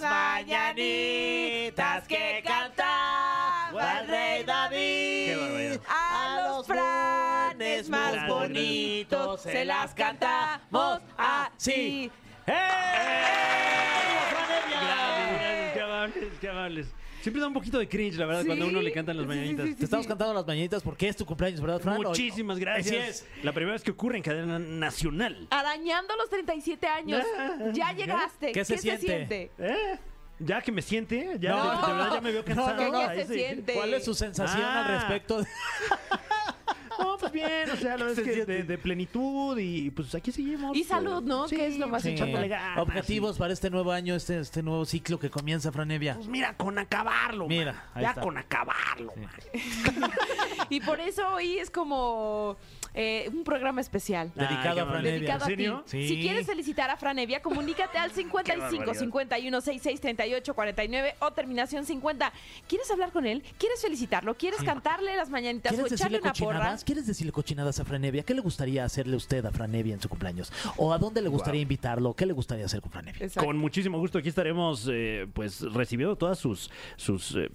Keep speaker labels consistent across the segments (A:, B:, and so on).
A: mañanitas que cantaba el rey
B: Qué
A: David.
B: barbaridad.
A: A los planes más
B: Gracias,
A: bonitos se las cantamos así.
B: ¡Eh!
A: Evia!
B: Gracias, qué amables, qué amables. Siempre da un poquito de cringe, la verdad,
A: Sí.
B: cuando a uno le cantan las mañanitas.
A: Sí, sí,
C: Te
A: sí,
C: estamos
A: sí.
C: cantando las mañanitas porque es tu cumpleaños, ¿verdad, Fran?
B: Muchísimas gracias.
C: Así
B: La primera vez que ocurre en cadena nacional.
A: Arañando los 37 años.
B: Ah,
A: Ya
B: ¿qué?
A: llegaste.
C: ¿Qué se siente?
B: ¿Eh? Ya que me siente, ya
C: No.
B: de, de verdad ya me veo cansado.
C: No, no, no.
B: Ahí
A: ¿Qué se
B: sí.
A: siente?
C: ¿Cuál es su sensación
B: Ah.
C: al respecto? de-
B: No, pues bien, o sea, la verdad
C: Se
B: es que
C: siente.
B: de, de plenitud y pues aquí seguimos.
A: Y salud, ¿no? Que es lo más
B: sí.
A: importante.
B: echándole ganas,
C: Objetivos para este nuevo año, este, este nuevo ciclo que comienza, Franevia.
B: Pues mira, con acabarlo.
C: Mira,
B: man.
C: ahí
B: ya
C: está.
B: con acabarlo. man.
A: Y por eso hoy es como eh, un programa especial.
B: Ah,
C: Dedicado
B: qué
C: a Fran
B: amable.
C: Evia.
A: Dedicado a
B: ¿En serio?
A: ti.
C: Sí.
A: Si quieres felicitar a Franevia, comunícate al 55 51 66 38 49 o terminación 50. ¿Quieres hablar con él? ¿Quieres felicitarlo? ¿Quieres cantarle las mañanitas o
C: ¿Quieres
A: echarle
C: decirle
A: una porra?
C: cochinadas? ¿Quieres decirle cochinadas a Franevia? ¿Qué le gustaría hacerle usted a Franevia en su cumpleaños? ¿O a dónde le gustaría invitarlo? ¿Qué le gustaría hacer con Franevia?
A: Exacto.
B: Con muchísimo gusto aquí estaremos eh, pues recibiendo todas sus sus eh,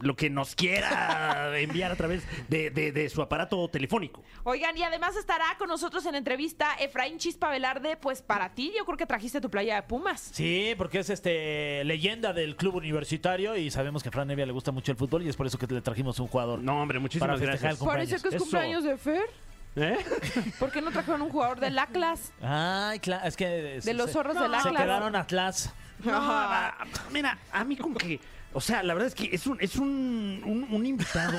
B: lo que nos quiera enviar a través de, de- de su aparato telefónico.
A: Oigan, y además estará con nosotros en entrevista Efraín Chispa Velarde. Pues para ti, yo creo que trajiste tu playa de Pumas.
C: Sí, porque es este leyenda del club universitario y sabemos que a Fran Evia le gusta mucho el fútbol y es por eso que le trajimos un jugador.
B: No, hombre, muchísimas
C: Para festejar
B: gracias.
C: el Cumpleaños.
A: Parece que es
B: Eso.
A: cumpleaños de Fer.
B: ¿Eh?
A: ¿Por qué no trajeron un jugador del Atlas?
C: Ay, claro, es que... eh, se-
A: los
C: se-
A: zorros del
C: Se
A: Atlas.
C: quedaron Atlas.
B: No, va, mira, a mí como que o sea, la verdad es que es un es un, un- un invitado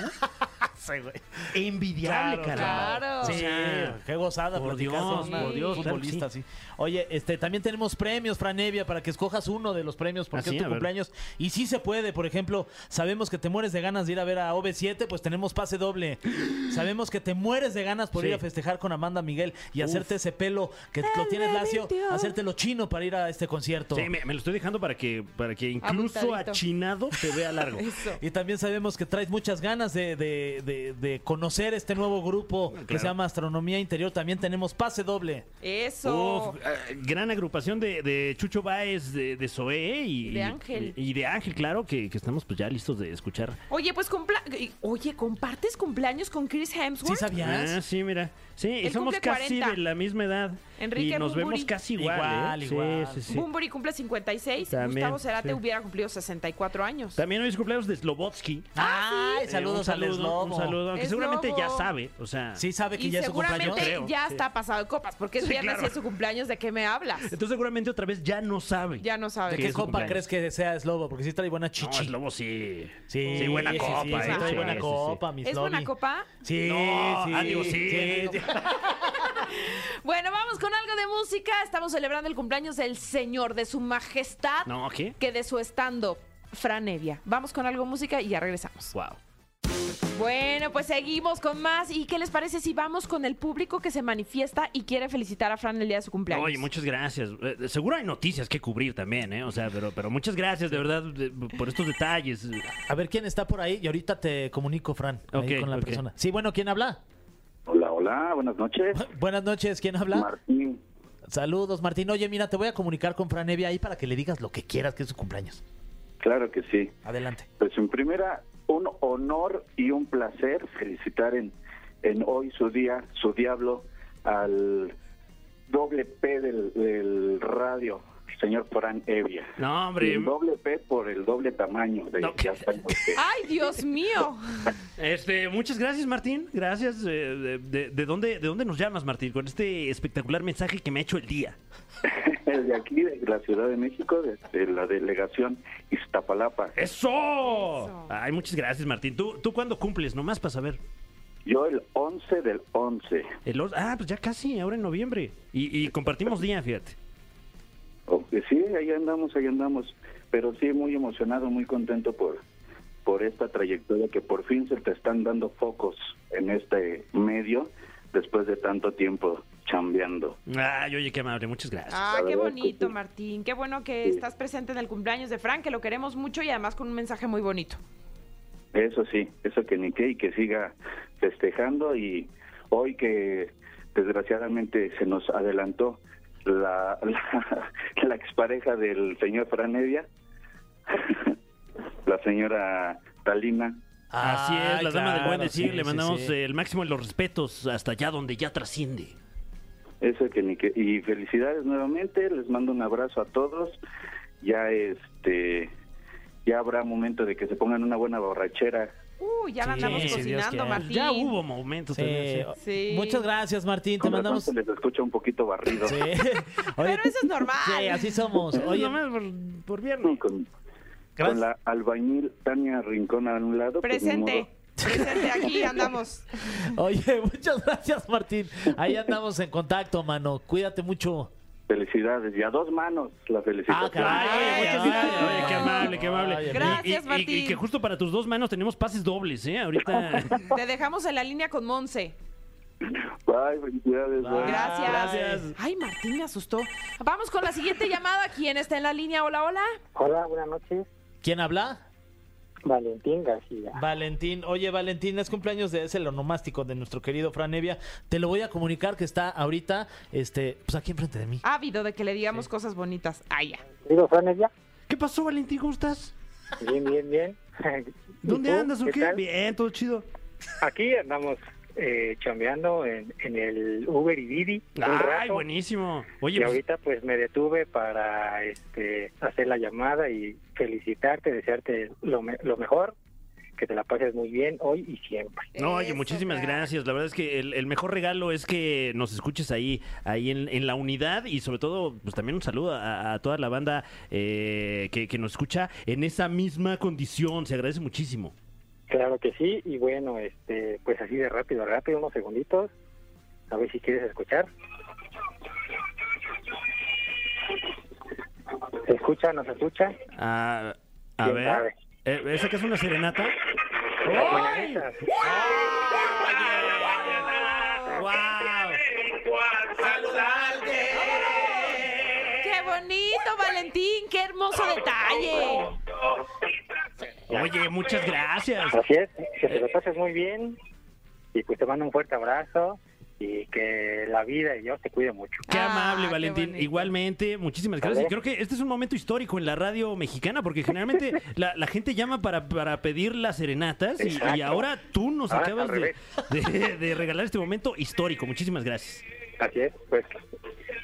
B: envidiable,
C: Claro,
B: caramba.
A: claro.
B: O
C: Sí,
B: sea,
C: qué gozada.
B: por
C: platicar con
B: Dios,
C: un
A: por Dios,
B: claro
C: futbolista, sí. Oye, este, también tenemos premios, Franevia, para que escojas uno de los premios porque
B: ¿Ah, sí?
C: es
B: A
C: tu
B: ver.
C: cumpleaños. Y sí se puede, por ejemplo, sabemos que te mueres de ganas de ir a ver a OV7, pues tenemos pase doble. sabemos que te mueres de ganas por
B: Sí.
C: ir a festejar con Amanda Miguel y
B: Uf.
C: hacerte ese pelo que lo tienes lacio,
A: revirtió.
C: hacértelo chino para ir a este concierto.
B: Sí, me, me lo estoy dejando para que para que incluso
A: Abultadito.
B: achinado te vea largo.
A: Eso.
C: Y también sabemos que traes muchas ganas de, de- de- de conocer este nuevo grupo que
B: Claro.
C: se llama Astronomía Interior. También tenemos pase doble.
A: Eso.
B: Uf, eh, gran agrupación de, de Chucho Báez, de, de Zoé y
A: De Ángel.
B: Y, de Ángel, claro, que, que estamos pues ya listos de escuchar.
A: Oye, pues cumpla... Oye, ¿compartes cumpleaños con Chris
C: ¿Sí
A: Hemsworth?
C: sabías?
B: Ah, sí, mira. Sí, y
A: Él
B: somos
A: cumple
B: casi
A: 40.
B: de la misma edad.
A: Enrique
B: y nos
A: Bunbury.
B: vemos casi igual.
C: Igual,
B: ¿eh?
C: igual.
B: Sí, sí, sí.
A: Bunbury cumple 56.
B: También,
A: Gustavo Cerate
B: sí.
A: hubiera cumplido 64 años.
B: También hoy es cumpleaños de Slobotsky.
A: Ah,
C: Ay,
B: Eh,
C: Ah, saludos
B: un saludo,
C: al Slobo.
B: Un saludo, aunque
A: Es
B: seguramente
A: Lobo.
B: ya sabe. O sea.
C: Sí sabe que
A: Y
C: ya es su cumpleaños.
A: seguramente
B: Creo,
A: ya
B: sí.
A: está pasado de copas, porque es
B: Sí,
A: viernes y
B: claro.
A: es su cumpleaños. ¿De qué me hablas?
B: Entonces seguramente otra vez ya no sabe.
A: Ya no
C: ¿De
A: sabes.
B: Sí,
C: qué
B: es su
C: copa
B: cumpleaños.
C: crees que sea Slobo? Porque sí trae buena
B: No,
C: chichi.
B: Slobo sí.
C: sí,
B: Sí, buena
C: sí,
B: copa,
C: Sí,
B: ¿eh?
C: sí, trae
A: Sí,
C: buena
B: sí, sí.
C: copa, mi
A: ¿Es buena
C: Slobi.
A: copa?
C: Sí,
B: No,
C: sí,
B: ah, digo, sí,
C: sí,
B: buena
C: sí.
A: Bueno, vamos con algo de música. Estamos celebrando el cumpleaños del señor, de su majestad,
B: No, ¿qué?
A: que de su estando, Fran Evia. Vamos con algo de música y ya
C: Pues,
A: regresamos.
B: Wow.
A: Bueno, pues seguimos con más. ¿Y qué les parece si vamos con el público que se manifiesta y quiere felicitar a Fran el día de su cumpleaños?
B: Oye, muchas gracias. Eh, seguro hay noticias que cubrir también, ¿eh? O sea, pero, pero muchas gracias, de verdad, de- por estos detalles.
C: A ver quién está por ahí y ahorita te comunico, Fran, ahí
B: Ok,
C: con la
B: ok.
C: persona. Sí, bueno, ¿quién habla?
D: Hola, hola, buenas
B: Ah,
D: noches.
C: Buenas noches, ¿quién habla?
D: Martín.
C: Saludos, Martín. Oye, mira, te voy a comunicar con Fran Evia ahí para que le digas lo que quieras, que es su cumpleaños.
D: Claro que sí.
C: Adelante.
D: Pues en primera, un honor y un placer felicitar en, en hoy su día, su diablo, al doble P del, del radio, señor Fran Evia.
B: No, hombre.
D: Y el doble P por el doble tamaño de
B: No. Ah.
D: ya saben por qué.
A: ¡Ay, Dios mío!
B: Este, muchas gracias, Martín. Gracias. eh, de, de- de dónde, ¿De dónde nos llamas, Martín? Con este espectacular mensaje que me ha hecho el día.
D: De aquí, de la Ciudad de México, de, de la delegación Iztapalapa.
B: ¡Eso!
A: Eso.
B: Ay, muchas gracias, Martín. ¿Tú, tú cuándo cumples? Nomás para saber.
D: Yo el 11 del 11.
B: El or- ah, pues ya casi, ahora en noviembre. Y, y compartimos día, fíjate.
D: Oh, que sí, ahí andamos, ahí andamos. Pero sí, muy emocionado, muy contento por, por esta trayectoria que por fin se te están dando focos en este medio después de tanto tiempo chambeando.
B: Ay, oye, qué amable, muchas gracias.
A: Ah,
D: La
A: qué
D: verdad es que
A: bonito,
D: sí.
A: Martín. Qué bueno que estás presente en el cumpleaños de Frank, que lo queremos mucho y además con un mensaje muy bonito.
D: Eso sí, eso que ni qué y que siga festejando y hoy que desgraciadamente se nos adelantó la, la, la expareja del señor Franedia, la señora Talina.
B: Así es,
C: Ay,
B: la dama del buen
C: Ah, claro,
B: decir,
C: sí,
B: le
C: sí,
B: mandamos
C: sí.
B: eh, el máximo de los respetos hasta allá donde ya trasciende.
D: Eso que ni qué. Y felicidades nuevamente, les mando un abrazo a todos. Ya este ya habrá momento de que se pongan una buena borrachera.
A: Uh, ya la
C: Sí,
A: andamos
C: si Dios
A: cocinando,
C: quiere.
A: Martín.
B: Ya hubo momentos.
C: Sí.
B: también, sí.
A: Sí.
C: Muchas gracias, Martín. Te
D: Con razón
C: mandamos.
D: se les escucha un poquito barrido.
C: Sí. Oye,
A: Pero eso es normal.
C: Sí, así somos.
B: Oye,
C: Oye,
B: Pues nomás por, por
D: Con,
B: viernes.
D: con
B: Gracias.
D: la albañil Tania Rincón a un lado. pues, ni
A: Presente.
D: modo.
A: Presente, aquí andamos.
C: oye, muchas gracias, Martín. Ahí andamos en contacto, mano. Cuídate mucho.
D: Felicidades. Y a dos manos la felicitación.
C: Ah, caray.
B: Ay, oye, muchas
A: Ay,
B: gracias.
A: ay,
B: Oye, qué
A: ay.
B: amable, qué amable.
C: Ay,
B: Y- y-
A: Gracias,
B: y- Y,
A: Martín.
B: que justo para tus dos manos tenemos pases dobles, ¿eh? Ahorita.
A: Te dejamos en la línea con Monse.
D: Bye, felicidades.
C: Bye.
D: bye.
A: Gracias.
C: Ah, gracias.
A: Ay, Martín me asustó. Vamos con la siguiente llamada. ¿Quién está en la línea? Hola, hola.
E: Hola, buenas noches.
C: ¿Quién habla?
E: Valentín García.
C: Valentín. Oye, Valentín, es cumpleaños de ese el onomástico de nuestro querido Fran Evia. Te lo voy a comunicar que está ahorita, este, pues aquí enfrente de mí.
A: Ávido de que le digamos cosas bonitas. Ah, ya.
E: Digo, Franevia.
B: ¿Qué pasó, Valentín? ¿Cómo estás?
E: Bien, bien, bien. ¿Y
B: ¿Dónde
E: tú?
B: andas o qué?
E: tal?
B: Bien, todo chido.
E: Aquí andamos eh, chambeando en, en el Uber y Didi. un
B: Ay,
E: rato,
B: buenísimo.
E: Y
B: Oye, pues,
E: ahorita pues me detuve para este, hacer la llamada y felicitarte, desearte lo, me- lo mejor, que te la pases muy bien hoy y siempre.
B: No, oye,
A: Eso,
B: muchísimas
A: Fran.
B: gracias. La verdad es que el, el mejor regalo es que nos escuches ahí, ahí en, en la unidad y sobre todo, pues también un saludo a, a toda la banda eh, que, que nos escucha en esa misma condición. Se agradece muchísimo.
E: Claro que sí, y bueno, este pues así de rápido, rápido, unos segunditos, a ver si quieres escuchar. ¿Se escucha? ¿No se escucha?
B: Ah, a
E: ¿Quién
B: ver.
E: sabe?
B: Eh, ¿Esa que es una serenata?
E: Buenas noches.
B: ¡Wow!
A: ¡Qué bonito, Valentín! ¡Qué hermoso detalle!
B: Oye, muchas gracias.
E: Así es, que te lo pases muy bien, y pues te mando un fuerte abrazo, y que la vida y Dios te cuide mucho.
B: Qué
A: Ah,
B: amable,
A: qué
B: Valentín.
A: bonito.
B: Igualmente, muchísimas gracias. Y
E: Vale.
B: creo que este es un momento histórico en la radio mexicana, porque generalmente la, la gente llama para, para pedir las serenatas y- y,
E: Exacto.
B: ahora tú nos
E: Ahora,
B: acabas
E: al
B: de, de- de regalar este momento histórico. Muchísimas gracias.
E: Así es, pues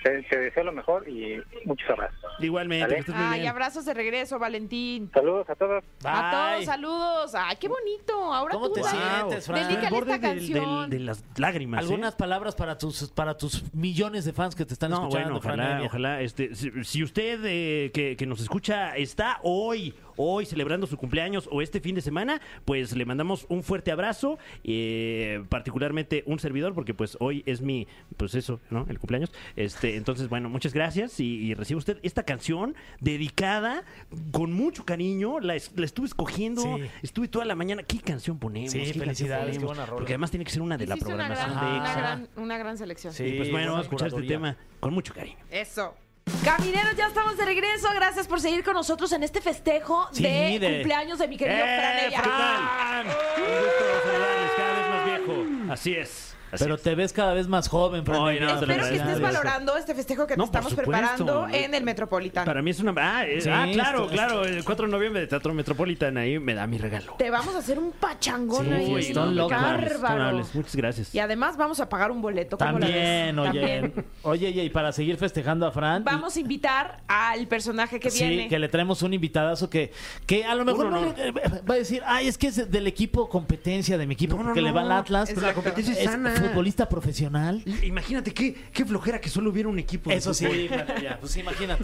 E: te, te deseo lo mejor y muchos abrazos.
B: Igualmente,
E: Vale.
B: que estés Pues muy
A: Ay,
B: bien.
A: abrazos de regreso, Valentín.
E: Saludos a todos.
A: A todos,
C: Bye.
A: saludos. Ay, qué bonito. Ahora
C: ¿Cómo
A: tú,
C: te
A: Valentín.
C: sientes, Fran?
A: Dedícale
B: Al borde
A: esta
B: del- del-
A: canción.
B: de las lágrimas. ¿eh?
C: Algunas palabras para tus para tus millones de fans que te están
B: No, bueno,
C: escuchando,
B: ojalá,
C: Fran Evia.
B: ojalá, este, si, si usted eh, que, que nos escucha está hoy, hoy celebrando su cumpleaños o este fin de semana, pues le mandamos un fuerte abrazo, eh, particularmente un servidor, porque pues hoy es mi, pues eso, ¿no? El cumpleaños. Este, entonces, bueno, muchas gracias y, y recibe usted esta canción dedicada con mucho cariño, la, es- la estuve escogiendo,
C: Sí.
B: estuve toda la mañana, ¿qué canción ponemos?
C: Sí,
B: ¿Qué canción
C: felicidades, qué
B: ponemos?
C: buena rola.
B: Porque además tiene que ser una de la
A: Hiciste una
B: programación
A: gran,
B: de
A: una,
B: Exa.
A: gran, una gran selección.
C: Sí.
B: Y pues bueno,
C: buena
B: vamos a escuchar este
C: curaduría.
B: tema con mucho cariño.
A: Eso. Camineros, ya estamos de regreso. Gracias por seguir con nosotros en este festejo
C: Sí,
A: de,
C: de-
A: cumpleaños de mi querido
B: ¡Eh,
A: Fran Evia.
B: Fran!
F: ¡Ah!
B: Un gusto saludarles, cada vez más viejo. Así es. así
C: Pero
B: es.
C: te ves cada vez más joven, Fran.
B: Ay, no,
C: Evia.
B: te lo
A: Espero que
B: agradezco.
A: estés valorando este festejo que te
B: No, por
A: estamos
B: supuesto.
A: preparando en el Metropolitano.
B: Para mí es una. Ah, eh,
C: Sí,
B: ah, claro,
C: esto-
B: claro. El 4 de noviembre de Teatro Metropolitan ahí me da mi regalo.
A: Te vamos a hacer un pachangón
C: Sí,
A: ahí.
C: sí, están locos.
A: bárbaro.
B: Tan amables, Muchas gracias.
A: Y además vamos a pagar un boleto. ¿cómo la ves?
C: También, oye. Oye, y para seguir festejando a Fran.
A: Vamos a invitar al personaje que
C: y- sí,
A: viene.
C: que le traemos un invitadazo que, que a lo mejor
B: Uno
C: no
B: no.
C: le- eh, va a decir, ay, es que es del equipo competencia de mi equipo,
B: No, no,
C: porque le
B: no.
C: va al Atlas.
B: Pero la competencia es sana.
C: futbolista profesional.
B: Imagínate qué, qué flojera que solo hubiera un equipo. de
C: Eso
B: fútbol.
C: sí, Fran Evia, pues imagínate.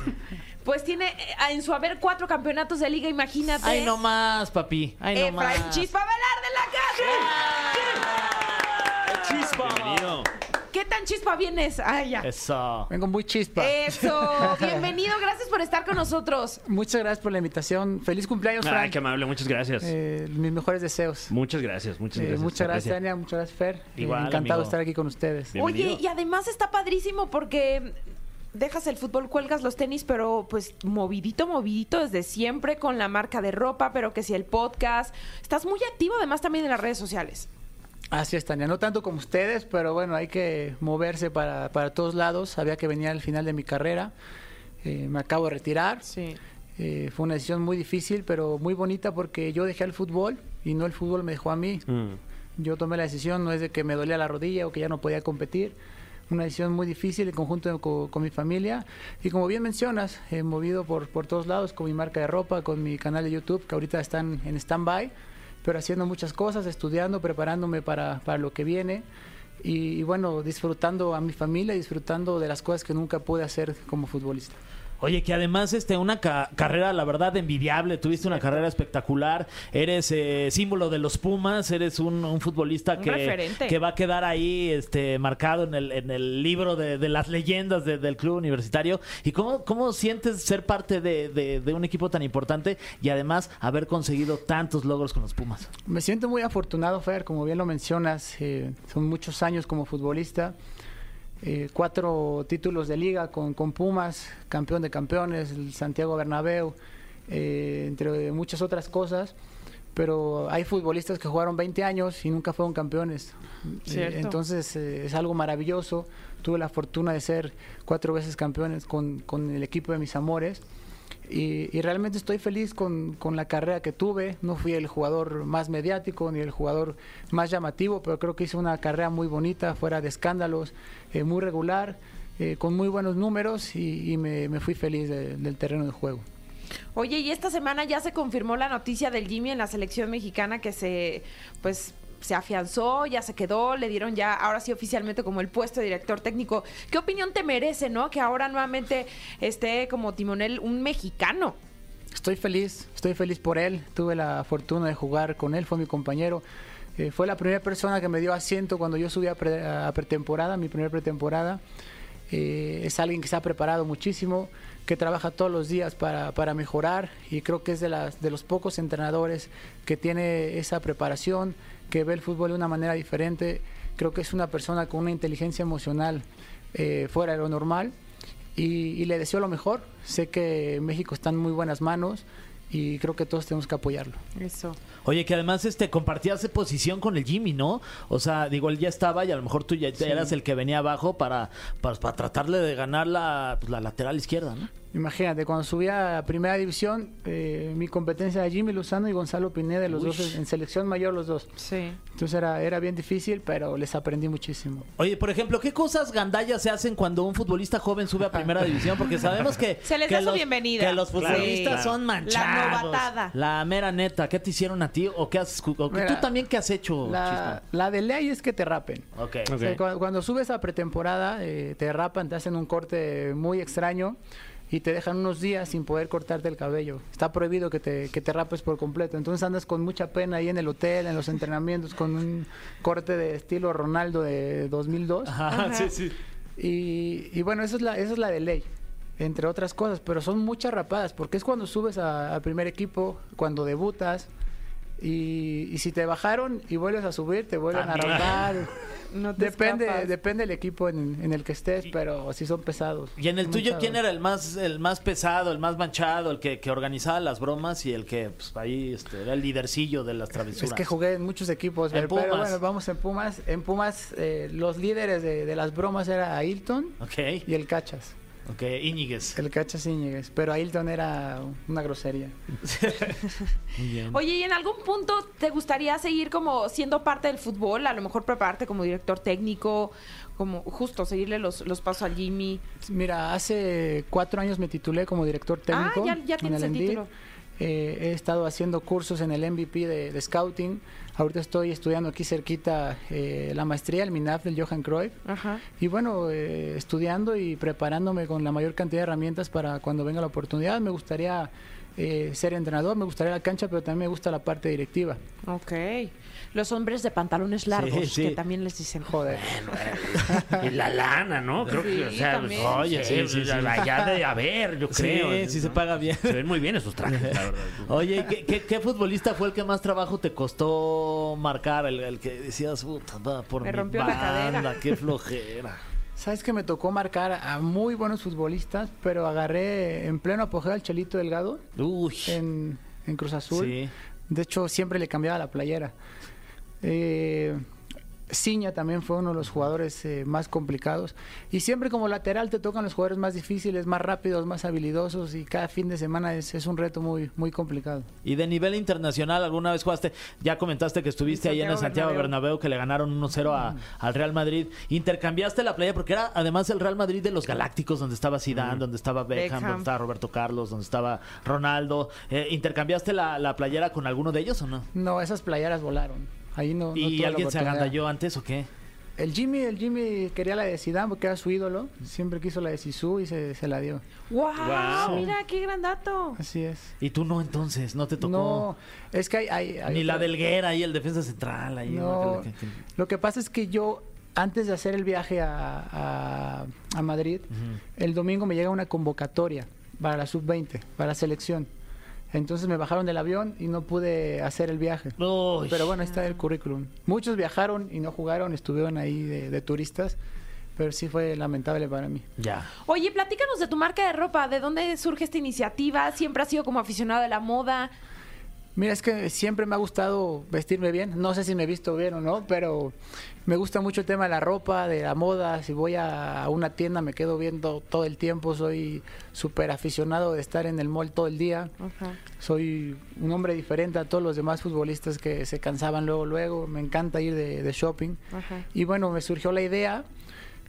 A: Pues tiene eh, en su haber cuatro campeonatos de liga, imagínate.
C: Ay, no más, papi. Ay,
A: Eh,
C: no más.
A: Efraín Chispa Velarde en la casa.
C: Chispa.
B: Bienvenido.
A: ¿Qué tan tan chispa vienes? Ay, ya.
B: Eso.
F: Vengo muy chispa.
A: Eh, Eso. Bienvenido, gracias por estar con nosotros.
F: Muchas gracias por la invitación. Feliz cumpleaños, Fran.
B: Ay, qué amable, muchas gracias.
F: Eh, mis mejores deseos.
B: Muchas gracias, muchas
F: Eh,
B: gracias.
F: muchas
B: se
F: gracias,
B: aprecia.
F: Tania. Muchas gracias, Fer. Eh,
B: Igual,
F: encantado
B: amigo.
F: de estar aquí con ustedes.
B: Bienvenido.
A: Oye, y además está padrísimo porque dejas el fútbol, cuelgas los tenis, pero pues movidito, movidito desde siempre con la marca de ropa, pero que si el podcast. Estás muy activo además también en las redes sociales.
F: Así es, Tania. No tanto como ustedes, pero bueno, hay que moverse para, para todos lados. Sabía que venía el final de mi carrera. Eh, me acabo de retirar.
A: Sí.
F: Eh, fue una decisión muy difícil, pero muy bonita porque yo dejé el fútbol y no el fútbol me dejó a mí.
B: Mm.
F: Yo tomé la decisión, no es de que me dolía la rodilla o que ya no podía competir. Una decisión muy difícil en conjunto co- con, mi familia. Y como bien mencionas, he movido por, por todos lados con mi marca de ropa, con mi canal de YouTube, que ahorita están en stand-by, pero haciendo muchas cosas, estudiando, preparándome para, para lo que viene. Y, y bueno, disfrutando a mi familia, disfrutando de las cosas que nunca pude hacer como futbolista.
C: Oye, que además este una ca- carrera, la verdad, envidiable. Tuviste una carrera espectacular. Eres eh, símbolo de los Pumas. Eres un, un futbolista
A: Un
C: que,
A: referente.
C: que va a quedar ahí este, marcado en el, en el libro de, de las leyendas de- del club universitario. ¿Y cómo, cómo sientes ser parte de, de- de un equipo tan importante y además haber conseguido tantos logros con los Pumas?
F: Me siento muy afortunado, Fer, como bien lo mencionas, eh, son muchos años como futbolista, eh, cuatro títulos de liga con, con Pumas, campeón de campeones, el Santiago Bernabéu, eh, entre muchas otras cosas, pero hay futbolistas que jugaron 20 años y nunca fueron campeones. Eh,
A: Cierto.
F: entonces eh, es algo maravilloso, tuve la fortuna de ser cuatro veces campeones con, con el equipo de mis amores. Y, y realmente estoy feliz con, con la carrera que tuve. No fui el jugador más mediático ni el jugador más llamativo, pero creo que hice una carrera muy bonita, fuera de escándalos, eh, muy regular, eh, con muy buenos números y, y me, me fui feliz de- del terreno de juego.
A: Oye, y esta semana ya se confirmó la noticia del Jimmy en la selección mexicana que se, pues, se afianzó, ya se quedó, le dieron ya, ahora sí oficialmente como el puesto de director técnico. ¿Qué opinión te merece, no? Que ahora nuevamente esté como timonel un mexicano.
F: Estoy feliz, estoy feliz por él. Tuve la fortuna de jugar con él, fue mi compañero. Eh, fue la primera persona que me dio asiento cuando yo subí a, pre- a pretemporada, mi primera pretemporada. Eh, es alguien que se ha preparado muchísimo, que trabaja todos los días para, para mejorar y creo que es de, las, de los pocos entrenadores que tiene esa preparación, que ve el fútbol de una manera diferente. Creo que es una persona con una inteligencia emocional eh, fuera de lo normal y, y le deseo lo mejor. Sé que México está en muy buenas manos y creo que todos tenemos que apoyarlo.
A: Eso.
C: Oye, que además este compartías de posición con el Jimmy, ¿no? O sea, digo, él ya estaba y a lo mejor tú ya eras el que venía abajo para, para, para tratarle de ganar la, pues, la lateral izquierda, ¿no?
F: Imagínate, cuando subí a primera división, eh, mi competencia era Jimmy Luzano y Gonzalo Pineda, los
C: Uy.
F: dos en selección mayor, los dos.
A: Sí.
F: Entonces era, era bien difícil, pero les aprendí muchísimo.
C: Oye, por ejemplo, ¿qué cosas gandallas se hacen cuando un futbolista joven sube a primera división? Porque sabemos que...
A: Se les
C: que
A: da su bienvenida.
C: Que los
A: Claro,
C: futbolistas
A: claro.
C: son manchados.
A: La novatada.
C: La mera neta. ¿Qué te hicieron a ti? ¿O qué has... o qué-
F: Mira,
C: ¿Tú también qué has hecho,
F: La, la de ley es que te rapen.
C: Chispa? Ok.
F: O sea, cuando, Eh, cuando subes a pretemporada, eh, te rapan, te hacen un corte muy extraño y te dejan unos días sin poder cortarte el cabello. Está prohibido que te, que te rapes por completo. Entonces andas con mucha pena ahí en el hotel, en los entrenamientos, con un corte de estilo Ronaldo de 2002.
C: Ajá, sí, sí.
F: Y, y bueno, esa es, la, esa es la de ley, entre otras cosas, pero son muchas rapadas, porque es cuando subes a, a primer equipo, cuando debutas, y, y si te bajaron y vuelves a subir, te vuelven
C: También.
F: a rapar.
A: No te
F: Depende,
A: escapas.
F: depende del equipo en, en el que estés, pero sí son pesados.
C: Y en el
F: son
C: tuyo,
F: manchados.
C: ¿quién era el más el más pesado, el más manchado, el que, que organizaba las bromas y el que pues, ahí este, era el lidercillo de las travesuras?
F: Es que jugué en muchos equipos,
C: En
F: pero, pero
C: Pumas.
F: bueno, vamos en Pumas. En Pumas, eh, los líderes de, de las bromas era Ailton
C: Ok,
F: y el Cachas.
C: ok, Íñiguez.
F: El Cachas Íñiguez, pero Ailton era una grosería.
A: Oye, ¿y en algún punto te gustaría seguir como siendo parte del fútbol? A lo mejor prepararte como director técnico, como justo seguirle los, los pasos al Jimmy.
F: Mira, hace cuatro años me titulé como director
A: Ah,
F: técnico.
A: ya- ya
F: en
A: tienes el
F: Endid.
A: título.
F: Eh, he estado haciendo cursos en el MVP de, de Scouting. Ahorita estoy estudiando aquí cerquita eh, la maestría, el MINAF del Johan Cruyff.
A: Ajá.
F: Y bueno, eh, estudiando y preparándome con la mayor cantidad de herramientas para cuando venga la oportunidad. Me gustaría eh, ser entrenador, me gustaría la cancha, pero también me gusta la parte directiva.
A: Ok. Los hombres de pantalones largos,
C: Sí, sí.
A: que también les dicen.
F: Joder.
B: Y la lana, ¿no? Creo que, o
A: Sí,
B: sea, pues,
A: también.
B: oye,
C: Sí, sí, sí.
B: allá de haber, yo creo.
C: sí, ¿eh? sí se paga bien.
B: Se ven muy bien esos trajes, la verdad.
C: Oye, ¿y ¿qué, qué, qué futbolista fue el que más trabajo te costó marcar? El, el que decías, puta, va por
A: Me
C: mi
A: rompió la cadera".
C: banda, qué flojera.
F: Sabes que me tocó marcar a muy buenos futbolistas, pero agarré en pleno apogeo al Chelito Delgado
C: Uy,
F: en, en Cruz Azul.
C: Sí.
F: De hecho, siempre le cambiaba la playera. Eh, Ciña también fue uno de los jugadores eh, más complicados. Y siempre como lateral te tocan los jugadores más difíciles, más rápidos, más habilidosos. Y cada fin de semana es, es un reto muy, muy complicado.
C: y de nivel internacional, ¿alguna vez jugaste? Ya comentaste que estuviste
A: En
C: ahí en el
A: Santiago
C: Santiago Bernabéu, que le ganaron 1-0 a-
F: Mm.
C: al Real Madrid. Intercambiaste la playa porque era además el Real Madrid de los Galácticos, donde estaba Zidane,
F: Mm.
C: donde estaba Beckham,
A: Beckham.
C: donde estaba Roberto Carlos, donde estaba Ronaldo. Eh, ¿Intercambiaste la, la playera con alguno de ellos o no?
F: No, esas playeras volaron. Ahí no, no tuve
C: ¿Y
F: la
C: alguien se
F: oportunidad.
C: agandalló antes o qué?
F: El Jimmy, el Jimmy quería la de Zidane porque era su ídolo. Siempre quiso la de Sisu y se, se la dio.
A: ¡Wow!
B: Guau.
A: Mira, qué gran dato.
F: Así es.
C: Y tú no entonces, no te tocó.
F: No, es que hay... hay- hay
C: Ni la
F: otra-
C: delguera ahí, el defensa central. Ahí,
F: No,
C: que- que-
F: lo que pasa es que yo, antes de hacer el viaje a, a- a Madrid, el domingo me llega una convocatoria para la sub-20, para la selección. Entonces me bajaron del avión y no pude hacer el viaje.
C: Uy.
F: Pero bueno, ahí está el currículum. Muchos viajaron y no jugaron, estuvieron ahí de, de turistas, pero sí fue lamentable para mí.
C: Ya.
A: Oye, platícanos de tu marca de ropa. ¿De dónde surge esta iniciativa? ¿Siempre has sido como aficionado de la moda?
F: Mira, es que siempre me ha gustado vestirme bien. No sé si me he visto bien o no, pero me gusta mucho el tema de la ropa, de la moda. Si voy a una tienda me quedo viendo todo el tiempo. Soy súper aficionado de estar en el mall todo el día. Soy un hombre diferente a todos los demás futbolistas que se cansaban luego, luego. Me encanta ir de, de shopping.
A: Ajá.
F: Y bueno, me surgió la idea.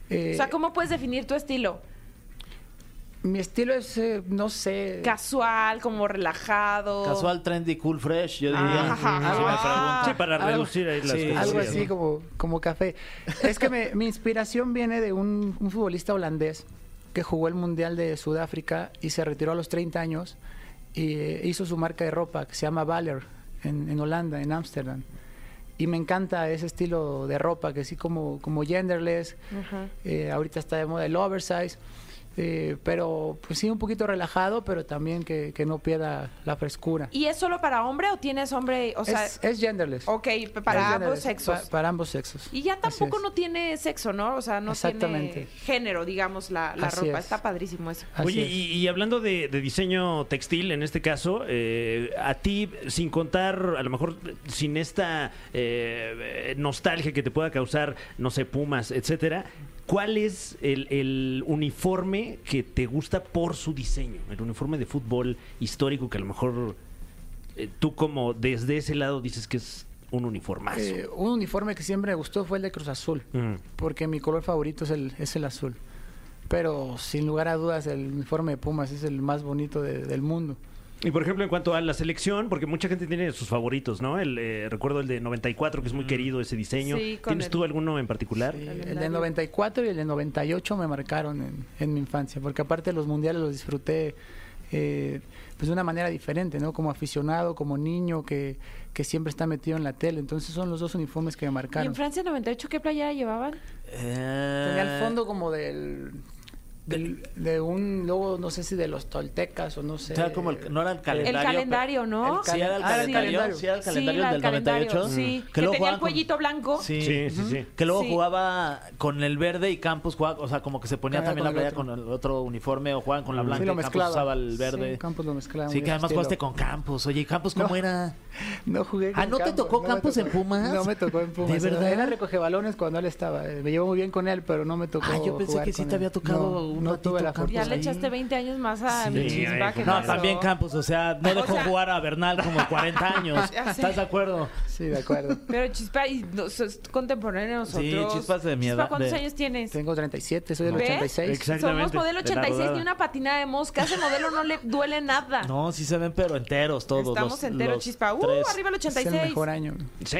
F: eh,
A: O sea, ¿cómo puedes definir tu estilo?
F: Mi estilo es, eh, no sé...
A: ¿Casual, como
F: Oh.
A: relajado?
C: Casual, trendy, cool, fresh, yo
F: Ah,
C: diría.
A: Ajá.
C: Sí, sí, me pregunto.
B: Ah, Sí, para
F: Algo-
B: reducir ahí las
C: sí,
B: cosas.
F: Algo
C: sí,
F: así como, como café. Es que me- mi inspiración viene de un, un futbolista holandés que jugó el Mundial de Sudáfrica y se retiró a los 30 años y eh, hizo su marca de ropa que se llama Valer en, en Holanda, en Ámsterdam. Y me encanta ese estilo de ropa, que sí como, como genderless,
A: Ajá.
F: eh, ahorita está de moda el oversize, eh, pero pues sí un poquito relajado, pero también que, que no pierda la frescura.
A: ¿Y es solo para hombre o tienes hombre? O sea,
F: es, es genderless.
A: ok,
F: Es
A: para ambos
F: genderless,
A: sexos.
F: pa- para ambos sexos.
A: Y ya
F: Así
A: tampoco
F: es.
A: no tiene sexo, ¿no? O sea, no tiene
F: Exactamente.
A: género, digamos, la, la
F: Así
A: ropa.
F: es.
A: Está padrísimo eso.
F: Así
B: Oye,
F: es.
B: y, y hablando de, de diseño textil, en este caso, eh, a ti, sin contar, a lo mejor sin esta eh, nostalgia que te pueda causar, no sé, Pumas, etcétera, ¿cuál es el, el uniforme que te gusta por su diseño? El uniforme de fútbol histórico que a lo mejor eh, tú como desde ese lado dices que es un uniformazo.
F: Eh, un uniforme que siempre me gustó fue el de Cruz Azul,
B: Mm.
F: porque mi color favorito es el, es el azul. Pero sin lugar a dudas, el uniforme de Pumas es el más bonito de- del mundo.
B: Y por ejemplo, en cuanto a la selección, porque mucha gente tiene sus favoritos, ¿no? El, eh, recuerdo el de 94, que es muy querido ese diseño.
A: Mm. Sí, con
B: ¿Tienes
A: el-
B: tú alguno en particular?
F: Eh, El del 94 y el del 98 me marcaron en, en mi infancia, porque aparte los mundiales los disfruté eh, pues de una manera diferente, ¿no? Como aficionado, como niño que, que siempre está metido en la tele. Entonces son los dos uniformes que me
A: ¿Y en
F: marcaron.
A: Francia 98 qué playera llevaban?
C: Eh,
F: Tenía el fondo como del... del- de un logo, no sé si de los toltecas o no sé.
C: Era como el- no era el calendario.
A: el calendario, ¿no?
F: el
C: pero- Sí, era el
F: Ah, era el
C: calendario.
F: calendario.
C: Sí, era el
A: Sí,
C: calendario
A: la del
C: del 98.
A: calendario, sí.
C: Mm.
A: Que tenía
C: jugaban
A: el cuellito blanco.
C: Sí,
B: Sí, sí, sí.
C: Que luego
A: Sí.
C: jugaba con el verde y Campos jugaba, o sea, como que se ponía
F: Jugaba
C: también la
F: con el
C: playa con el otro uniforme o jugaban con la
F: Sí,
C: blanca
F: lo
C: y Campos
F: mezclaba.
C: usaba el
F: Sí,
C: verde.
F: Campos lo mezclaba
C: Sí,
F: muy
C: que además
F: estilo.
C: jugaste con Campos. Oye, ¿y Campos cómo
F: No.
C: era?
F: No jugué.
C: Ah,
F: con
C: ¿no te
F: Campos,
C: tocó
F: me
C: Campos en
F: tocó.
C: Pumas?
F: No me tocó en Pumas.
C: ¿De
F: Era-
C: verdad?
F: Era recoge balones cuando él estaba. Eh, Me llevo muy bien con él, pero no me tocó.
C: Ah, yo pensé
F: jugar
C: que sí
F: con
C: te
F: él.
C: había tocado
F: No,
C: un
F: no
C: ratito
F: tuve la
C: Campos.
F: fortuna.
A: Ya le
C: Ahí.
A: echaste 20 años más a mi chispa.
B: ahí
A: ¿qué
B: fue
C: No,
A: pasó?
C: también Campos, o sea, no
A: O
C: dejó
A: sea-
C: jugar a Bernal como 40 años.
A: Ya sé.
C: ¿Estás de acuerdo?
F: Sí, de acuerdo.
A: Pero Chispa y nos- es contemporáneo de nosotros.
C: Sí, Chispa es de mi
A: Chispa,
C: edad,
A: ¿cuántos
C: de-
A: años tienes?
F: Tengo 37, soy del
A: ¿Ves?
F: 86.
B: Exacto.
A: Somos
B: Exactamente.
A: modelo
B: De la
A: 86
B: rodada.
A: ni una patina de mosca. A ese modelo no le duele nada.
C: No, sí se ven, pero enteros todos.
A: Estamos
C: los-
A: enteros,
C: los
A: Chispa. ¡Uh!
C: tres.
A: Arriba el
F: Es
A: 86.
F: el mejor año.
B: Sí.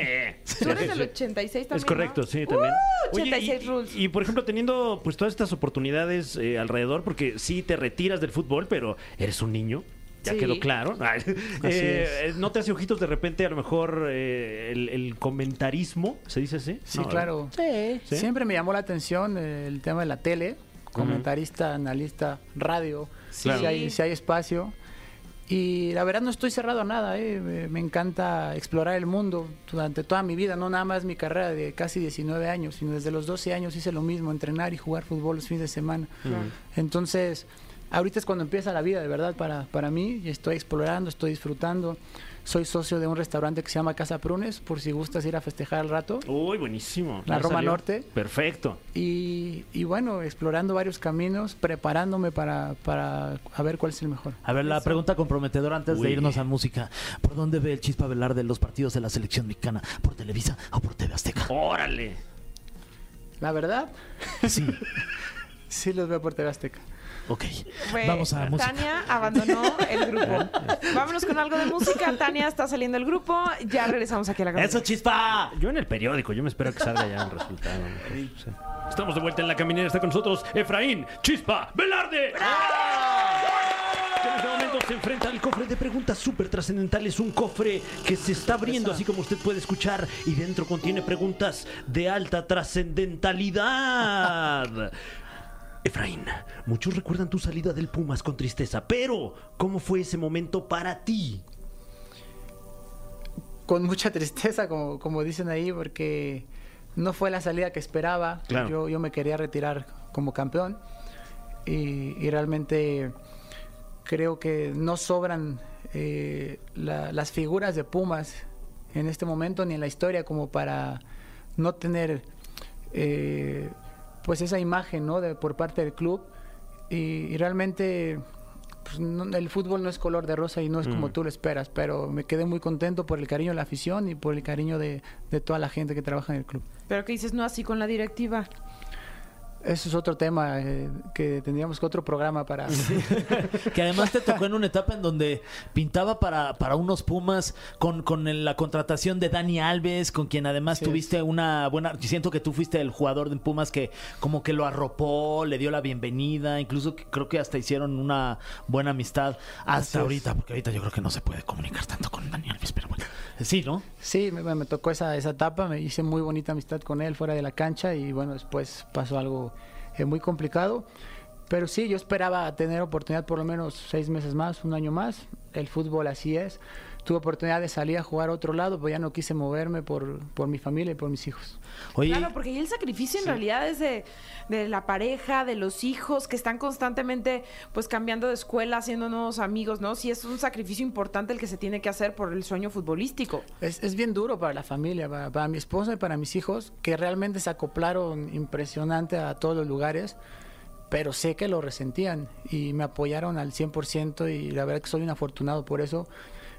A: Tú eres del 86 también.
B: Es correcto,
A: ¿no?
B: sí, también.
A: ¡Uh!
B: Oye,
A: 86
B: y-
A: rules.
B: Y, por ejemplo, teniendo pues todas estas oportunidades eh, alrededor, porque sí te retiras del fútbol, pero eres un niño. ya
A: Sí.
B: quedó claro. Ay, eh, ¿No te hace ojitos de repente a lo mejor eh, el, el comentarismo? ¿Se dice así?
F: Sí,
B: No,
F: claro.
B: ¿Sí?
F: Siempre me llamó la atención eh, el tema de la tele, comentarista, analista, radio,
A: Sí.
F: si, hay, si hay espacio. Y la verdad no estoy cerrado a nada, eh, me- me encanta explorar el mundo durante toda mi vida, no nada más mi carrera de casi 19 años, sino desde los 12 años hice lo mismo, entrenar y jugar fútbol los fines de semana. Entonces, ahorita es cuando empieza la vida, de verdad, para, para mí. Y estoy explorando, estoy disfrutando. Soy socio de un restaurante que se llama Casa Prunes, por si gustas ir a festejar al rato.
B: Uy, buenísimo.
F: La
B: Ya
F: Roma Norte.
B: Perfecto.
F: Y, y bueno, explorando varios caminos, preparándome para, para a ver cuál es el mejor.
C: A ver, la pregunta comprometedora antes de
B: Uy.
C: irnos a música. ¿Por dónde ve el Chispa Velarde los partidos de la selección mexicana? ¿Por Televisa o por TV Azteca?
B: Órale.
F: La verdad,
C: Sí,
F: sí los veo por TV Azteca.
C: ok.
A: Fue-
C: Vamos a música.
A: Tania abandonó el grupo. Vámonos con algo de música. Tania está saliendo del grupo. Ya regresamos aquí a la
C: ¡Eso,
A: cabina.
C: Chispa!
B: Yo en el periódico, yo me espero que salga ya un resultado. ¿no? Sí. Estamos de vuelta en la caminera, está con nosotros Efraín Chispa Velarde. Que en este momento se enfrenta al cofre de preguntas súper trascendentales, un cofre que se está abriendo, así como usted puede escuchar, y dentro contiene preguntas de alta trascendentalidad. Efraín, muchos recuerdan tu salida del Pumas con tristeza, pero ¿cómo fue ese momento para ti?
F: Con mucha tristeza, como, como dicen ahí, porque no fue la salida que esperaba.
B: Claro.
F: Yo, yo me quería retirar como campeón. Y, y realmente creo que no sobran eh, la- las figuras de Pumas en este momento ni en la historia como para no tener eh, pues esa imagen ¿no? de, por parte del club y, y realmente pues, no- el fútbol no es color de rosa y no es como tú lo esperas pero me quedé muy contento por el cariño de la afición y por el cariño de, de toda la gente que trabaja en el club
A: Pero que dices no así con la directiva.
F: eso es otro tema eh, que tendríamos que otro programa para
C: Que además te tocó en una etapa en donde pintaba para, para unos Pumas con, con el- la contratación de Dani Alves, con quien además
F: Así
C: tuviste una buena... Siento que tú fuiste el jugador de Pumas que como que lo arropó, le dio la bienvenida, incluso que creo que hasta hicieron una buena amistad hasta ahorita, porque ahorita yo creo que no se puede comunicar tanto con Dani Alves, pero bueno. Sí, ¿no?
F: Sí, me, me tocó esa, esa etapa, me hice muy bonita amistad con él fuera de la cancha y bueno, después pasó algo eh, muy complicado. Pero sí, yo esperaba tener oportunidad por lo menos seis meses más, un año más. El fútbol así es. Tuve oportunidad de salir a jugar a otro lado, pero ya no quise moverme por, por mi familia y por mis hijos.
C: Oye,
A: Claro, porque ahí el sacrificio en realidad es de, de la pareja, de los hijos, que están constantemente pues cambiando de escuela, haciendo nuevos amigos, ¿no? Sí es un sacrificio importante el que se tiene que hacer por el sueño futbolístico.
F: Es, es bien duro para la familia, para, para mi esposa y para mis hijos, que realmente se acoplaron impresionante a todos los lugares, pero sé que lo resentían y me apoyaron al 100% y la verdad que soy un afortunado por eso.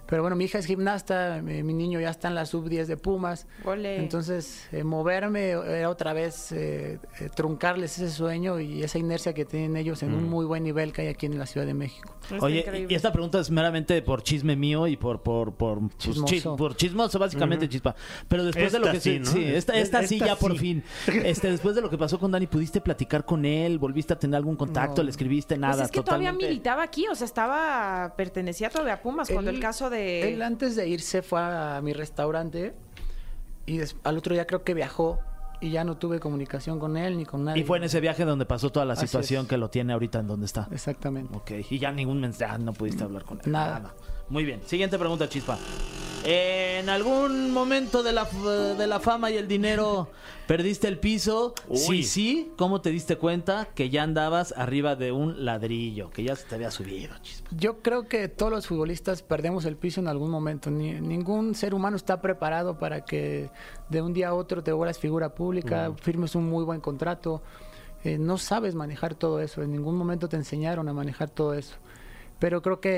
F: Pero bueno, mi hija es gimnasta, mi, mi niño ya está en la sub-10 de Pumas,
A: Ole.
F: entonces eh, moverme era otra vez eh, eh, truncarles ese sueño y esa inercia que tienen ellos en un muy buen nivel que hay aquí en la Ciudad de México.
A: Está
C: Oye,
A: increíble.
C: y esta pregunta es meramente por chisme mío y por por por pues,
F: Chismoso.
C: chi- por chismoso básicamente chispa. Pero después de lo
B: Esta
C: que
B: sí,
C: sí,
B: ¿no?
C: sí, esta, esta
B: Esta
C: sí ya por
B: sí.
C: fin. Este después de lo que pasó con Dani, pudiste platicar con él, volviste a tener algún contacto,
F: No.
C: le escribiste
A: Pues
C: nada.
A: es que todavía
C: totalmente.
A: militaba aquí, o sea, estaba pertenecía todavía a Pumas, cuando
F: Él-
A: el caso de...
F: Él antes de irse fue a mi restaurante y des- al otro día creo que viajó y ya no tuve comunicación con él ni con nadie.
C: Y fue en ese viaje donde pasó toda la
F: Así
C: situación
F: es.
C: que lo tiene ahorita en donde está.
F: Exactamente.
C: Ok, y ya ningún mensaje, no pudiste hablar con él.
F: Nada.
C: Muy bien, siguiente pregunta, Chispa. En algún momento de la, f- de la fama y el dinero, ¿perdiste el piso?
B: Uy.
C: Sí, sí. ¿Cómo te diste cuenta que ya andabas arriba de un ladrillo? Que ya se te había subido, Chispa.
F: Yo creo que todos los futbolistas perdemos el piso en algún momento. Ni- ningún ser humano está preparado para que de un día a otro te vuelvas figura pública, firmes un muy buen contrato. Eh, no sabes manejar todo eso. En ningún momento te enseñaron a manejar todo eso. Pero creo que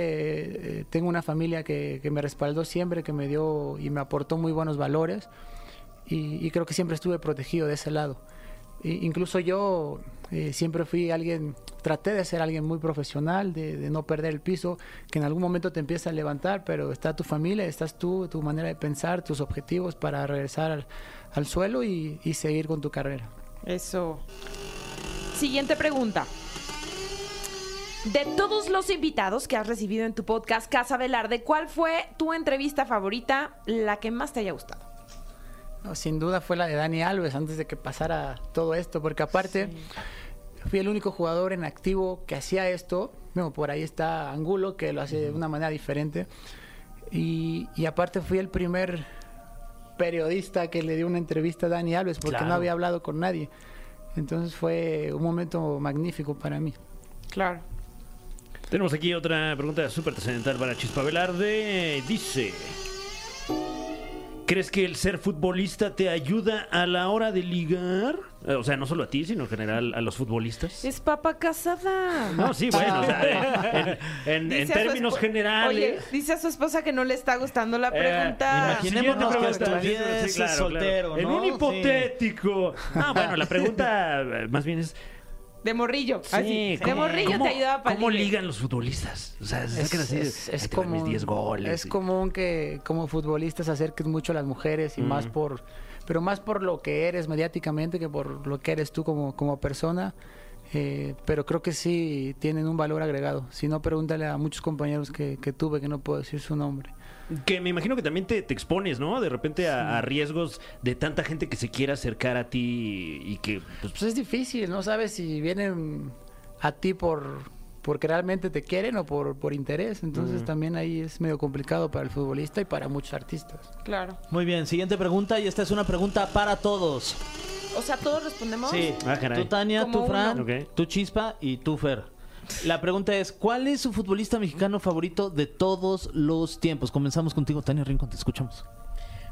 F: eh, tengo una familia que, que me respaldó siempre, que me dio y me aportó muy buenos valores. y, y creo que siempre estuve protegido de ese lado. I- incluso yo eh, siempre fui alguien, traté de ser alguien muy profesional, de, de no perder el piso, que en algún momento te empieza a levantar, pero está tu familia, estás tú, tu manera de pensar, tus objetivos para regresar al, al suelo y, y seguir con tu carrera.
A: Eso. Siguiente pregunta. De todos los invitados que has recibido en tu podcast Casa Velarde, ¿cuál fue tu entrevista favorita, la que más te haya gustado?
F: No, sin duda fue la de Dani Alves antes de que pasara todo esto, porque aparte fui el único jugador en activo que hacía esto. Bueno, por ahí está Angulo, que lo hace de una manera diferente. Y, y aparte fui el primer periodista que le dio una entrevista a Dani Alves, porque
B: Claro.
F: no había hablado con nadie. Entonces fue un momento magnífico para mí.
A: Claro.
B: Tenemos aquí otra pregunta súper trascendental para Chispa Velarde. Dice: ¿Crees que el ser futbolista te ayuda a la hora de ligar? Eh, O sea, no solo a ti, sino en general a los futbolistas.
A: Es papa casada.
B: No, sí, bueno, o sea, en, en- en
A: Dice a su
B: términos
A: espo-
B: generales.
A: Oye, dice a su esposa que no le está gustando la
B: Eh,
A: pregunta.
C: imagínate. Imaginémonos
B: Siguiente
C: que
B: pregunta.
C: estuvieses soltero,
B: En
C: ¿no?
B: un hipotético. Ah, bueno, la pregunta eh, más bien es.
A: De morrillo. así.
B: sí,
A: Ah, De
B: ¿cómo-
A: morrillo
B: cómo-
A: te ayudaba para
B: ¿Cómo ligan los futbolistas? O sea, se sacan así. de, "Ahí te van mis 10 goles.
F: es
B: y-
F: común que como futbolista se acerquen mucho a las mujeres y más por pero más por lo que eres mediáticamente que por lo que eres tú como, como persona Eh, pero creo que sí tienen un valor agregado si no pregúntale a muchos compañeros que, que tuve que no puedo decir su nombre
B: Que me imagino que también te, te expones, ¿no? De repente a, a riesgos de tanta gente que se quiera acercar a ti y que... pues,
F: pues es difícil no sabes si vienen a ti por porque realmente te quieren o por, por interés entonces también ahí es medio complicado para el futbolista y para muchos artistas
A: Claro.
C: Muy bien, siguiente pregunta y esta es una pregunta para todos.
A: O sea, todos respondemos.
C: Sí,
B: Ah, caray.
C: tú Tania,
A: Como
C: tú Fran,
A: uno.
B: Ok.
C: tú Chispa y tú Fer. La pregunta es, ¿cuál es su futbolista mexicano favorito de todos los tiempos? Comenzamos contigo, Tania Rincón, te escuchamos.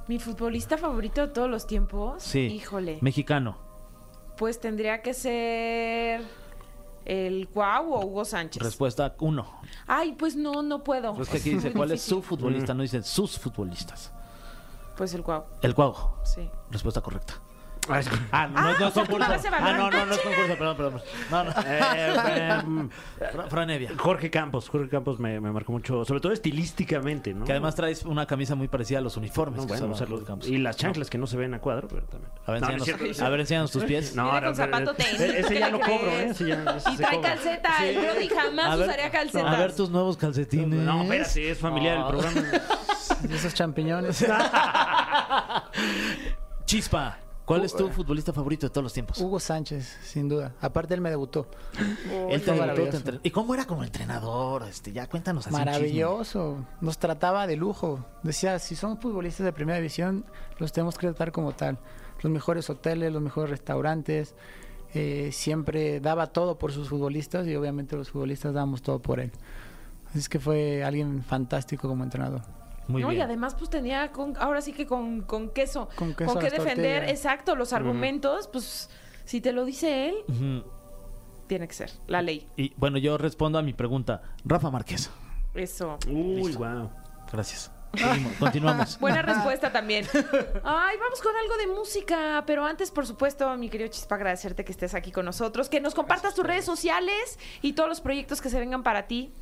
A: Mi futbolista favorito de todos los tiempos.
C: Sí.
A: Híjole.
C: Mexicano.
A: Pues tendría que ser el Cuau o Hugo Sánchez.
C: Respuesta uno.
A: Ay, pues no, no puedo.
C: Pues que aquí dice,
A: Muy
C: ¿cuál es
A: difícil.
C: su futbolista? No dice sus futbolistas.
A: Pues el Cuau,
C: El Cuau.
A: sí.
C: Respuesta correcta.
B: ah, es-
C: Ah, no,
A: Ah,
C: no
A: o
C: es
A: sea,
C: concurso.
A: jugaba ese balón.
C: Ah, no, no, no es
A: Ah,
C: concurso, perdón, perdón. No, no.
B: Eh, em,
C: Fra- Fran Evia.
B: Jorge Campos, Jorge Campos me, me marcó mucho, sobre todo estilísticamente, ¿no?
C: Que además traes una camisa muy parecida a los uniformes.
B: No,
C: que
B: bueno,
C: usaba
B: o sea,
C: Jorge Campos.
B: y las chanclas que no se ven a cuadro, pero también.
C: A ver,
B: No, no es
C: enséñanos,
B: cierto.
C: a ver, enséñanos tus pies.
B: No,
A: Viene
B: no,
A: con zapato
B: pero-
A: tenis,
B: e- ese
A: ¿qué
B: ya
A: le
B: lo cobro,
A: crees?
B: ¿eh? Ese ya- ese
A: Y
B: se
A: trae
B: cobra.
A: calceta. El Brody jamás
C: A ver-
A: usaría calcetas.
C: A ver tus nuevos calcetines.
B: No, espérate, es familiar
C: Ah.
B: el programa.
F: esos champiñones
C: Chispa, ¿cuál es tu futbolista favorito de todos los tiempos?
F: Pues, Hugo Sánchez, sin duda. Aparte, él me debutó.
C: Él te
F: fue
C: debutó, te
F: maravilloso.
C: entren- ¿Y cómo era como entrenador? Este, ya cuéntanos así un chisme.
F: Maravilloso. Nos trataba de lujo. Decía, si son futbolistas de primera división, los tenemos que tratar como tal. Los mejores hoteles, los mejores restaurantes. Eh, siempre daba todo por sus futbolistas y obviamente los futbolistas dábamos todo por él. Así es que fue alguien fantástico como entrenador.
C: Muy
A: no, y
C: bien.
A: además pues tenía con, ahora sí que con, con queso.
F: Con queso a
A: qué
F: las
A: defender,
F: tortillas.
A: exacto, los argumentos, pues si te lo dice él,
C: Ujú.
A: tiene que ser la ley.
C: Y bueno, yo respondo a mi pregunta. Rafa Márquez.
A: Eso.
B: Uy, wow.
C: Gracias. Seguimos, Continuamos.
A: Buena respuesta también. Ay, vamos con algo de música, pero antes, por supuesto, mi querido Chispa, agradecerte que estés aquí con nosotros, que nos compartas tus redes sociales y todos los proyectos que se vengan para ti.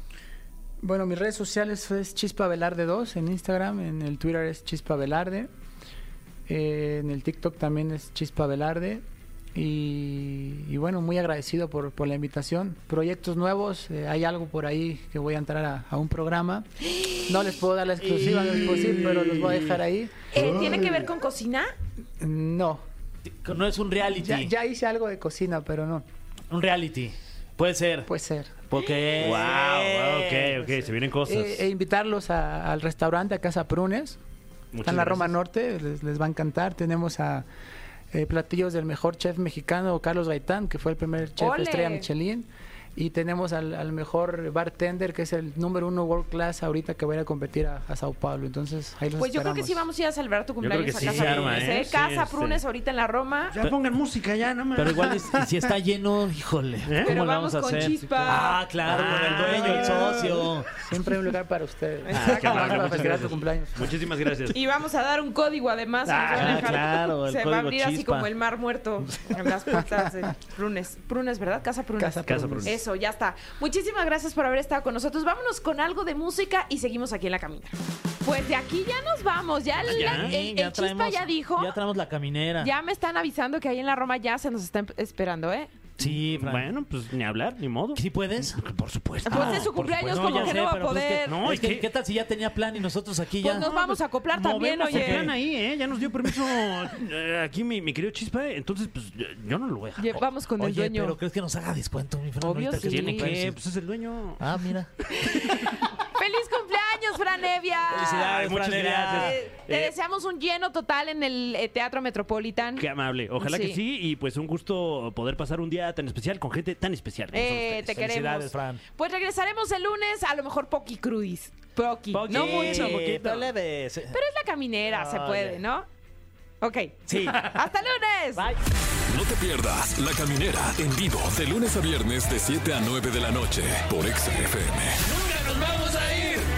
F: Bueno, mis redes sociales es Chispa Velarde 2 en Instagram, en el Twitter es Chispa Velarde, eh, en el TikTok también es Chispa Velarde. Y, y bueno, muy agradecido por, por la invitación. Proyectos nuevos, eh, hay algo por ahí que voy a entrar a, a un programa. No les puedo dar la exclusiva, no les puedo decir, pero los voy a dejar ahí.
A: Eh, ¿Tiene que ver con cocina?
F: No,
C: No es un reality.
F: ya, ya hice algo de cocina, pero no,
C: Un reality. Puede ser.
F: puede ser.
C: Porque.
B: Wow, ok, ok, se vienen cosas.
F: Eh, e invitarlos a- al restaurante, a Casa Prunes. Está
B: Muchas
F: en la Roma
B: gracias.
F: Norte, les, les va a encantar. Tenemos a eh, platillos del mejor chef mexicano, Carlos Gaitán, que fue el primer chef
A: ¡Ole!
F: estrella Michelin. Y tenemos al, al mejor bartender, que es el número uno world class ahorita que va a ir a competir a, a Sao Paulo. Entonces, ahí los
A: Pues yo creo que
F: esperamos.
A: sí vamos a ir a celebrar tu
B: creo
A: cumpleaños
B: que
A: a
B: sí
A: Casa
B: se arma,
A: Prunes.
B: ¿eh?
A: ¿eh?
B: Sí,
A: Casa
B: este.
A: Prunes ahorita en la Roma.
B: Ya pongan música ya, no más.
C: Pero igual, y, y si está lleno, híjole. ¿Cómo
A: Pero
C: le
A: vamos
C: vamos, a
A: con
C: hacer?
A: chispa.
C: Ah, claro,
B: Ah,
C: el dueño, el socio.
F: Siempre hay un lugar para ustedes.
B: Ah, qué amable,
F: Para
B: muchas
F: festejar tu
B: gracias.
F: cumpleaños.
B: Muchísimas gracias.
A: Y vamos a dar un código además. que nos
C: Ah,
A: van a dejar.
C: claro, el
A: Se va a
C: código
A: abrir así
C: chispa.
A: como el mar muerto en las puertas de Prunes. Prunes, ¿verdad? Casa Prunes.
F: Casa
B: Casa Prunes. Prunes.
A: Eso, ya está. Muchísimas gracias por haber estado con nosotros. Vámonos con algo de música y seguimos aquí en la camina. Pues de aquí ya nos vamos. Ya, el-
B: Ya,
A: el, el Chispa
C: traemos-
A: ya dijo.
C: Ya traemos la caminera.
A: Ya me están avisando que ahí en la Roma ya se nos está em- esperando, ¿eh?
C: Sí, Fran.
B: Bueno, pues ni hablar, ni modo.
C: ¿Sí puedes?
B: Por supuesto.
A: Pues es su cumpleaños,
C: No,
A: como
C: ya
A: que
C: sé,
A: no va a
C: pero pues es que-
A: poder.
B: no,
C: es
B: ¿y
C: que,
B: qué?
C: ¿qué tal si ya tenía plan y nosotros aquí ya?
A: Pues nos vamos a acoplar también,
B: Movemos el
A: oye.
B: plan ahí, ¿eh? Ya nos dio permiso eh, aquí mi, mi querido Chispa. Entonces, pues yo- yo no lo voy a dejar.
A: Oye, Vamos con el
C: Oye,
A: dueño.
C: pero ¿crees que nos haga descuento, mi Fran?
A: Obvio
C: ahorita
A: sí.
C: es tu
B: Tiene que,
C: cumpleaños?
B: pues es el dueño.
C: Ah, mira.
A: ¡Feliz cumpleaños, Fran Evia!
C: Felicidades,
B: muchas
C: Fran Evia.
B: gracias.
A: Eh, Te
B: Eh,
A: deseamos un lleno total en el eh, Teatro Metropolitan.
B: Qué amable. Ojalá
A: Sí.
B: que sí. Y pues un gusto poder pasar un día tan especial con gente tan especial. como son
A: Eh,
B: ustedes.
A: te queremos.
C: Felicidades, Fran.
A: Pues regresaremos el lunes, a lo mejor Pocky Crudis. Pocky.
B: Poqui.
A: No mucho.
C: Eh,
B: Sí. poquito.
C: leves.
A: Pero es la caminera, se
C: Oye.
A: puede, ¿no? Ok.
C: Sí.
A: ¡Hasta lunes!
C: Bye.
G: No te pierdas La Caminera en vivo de lunes a viernes de 7 a 9 de la noche por Exa FM. ¡Nunca nos vamos a ir!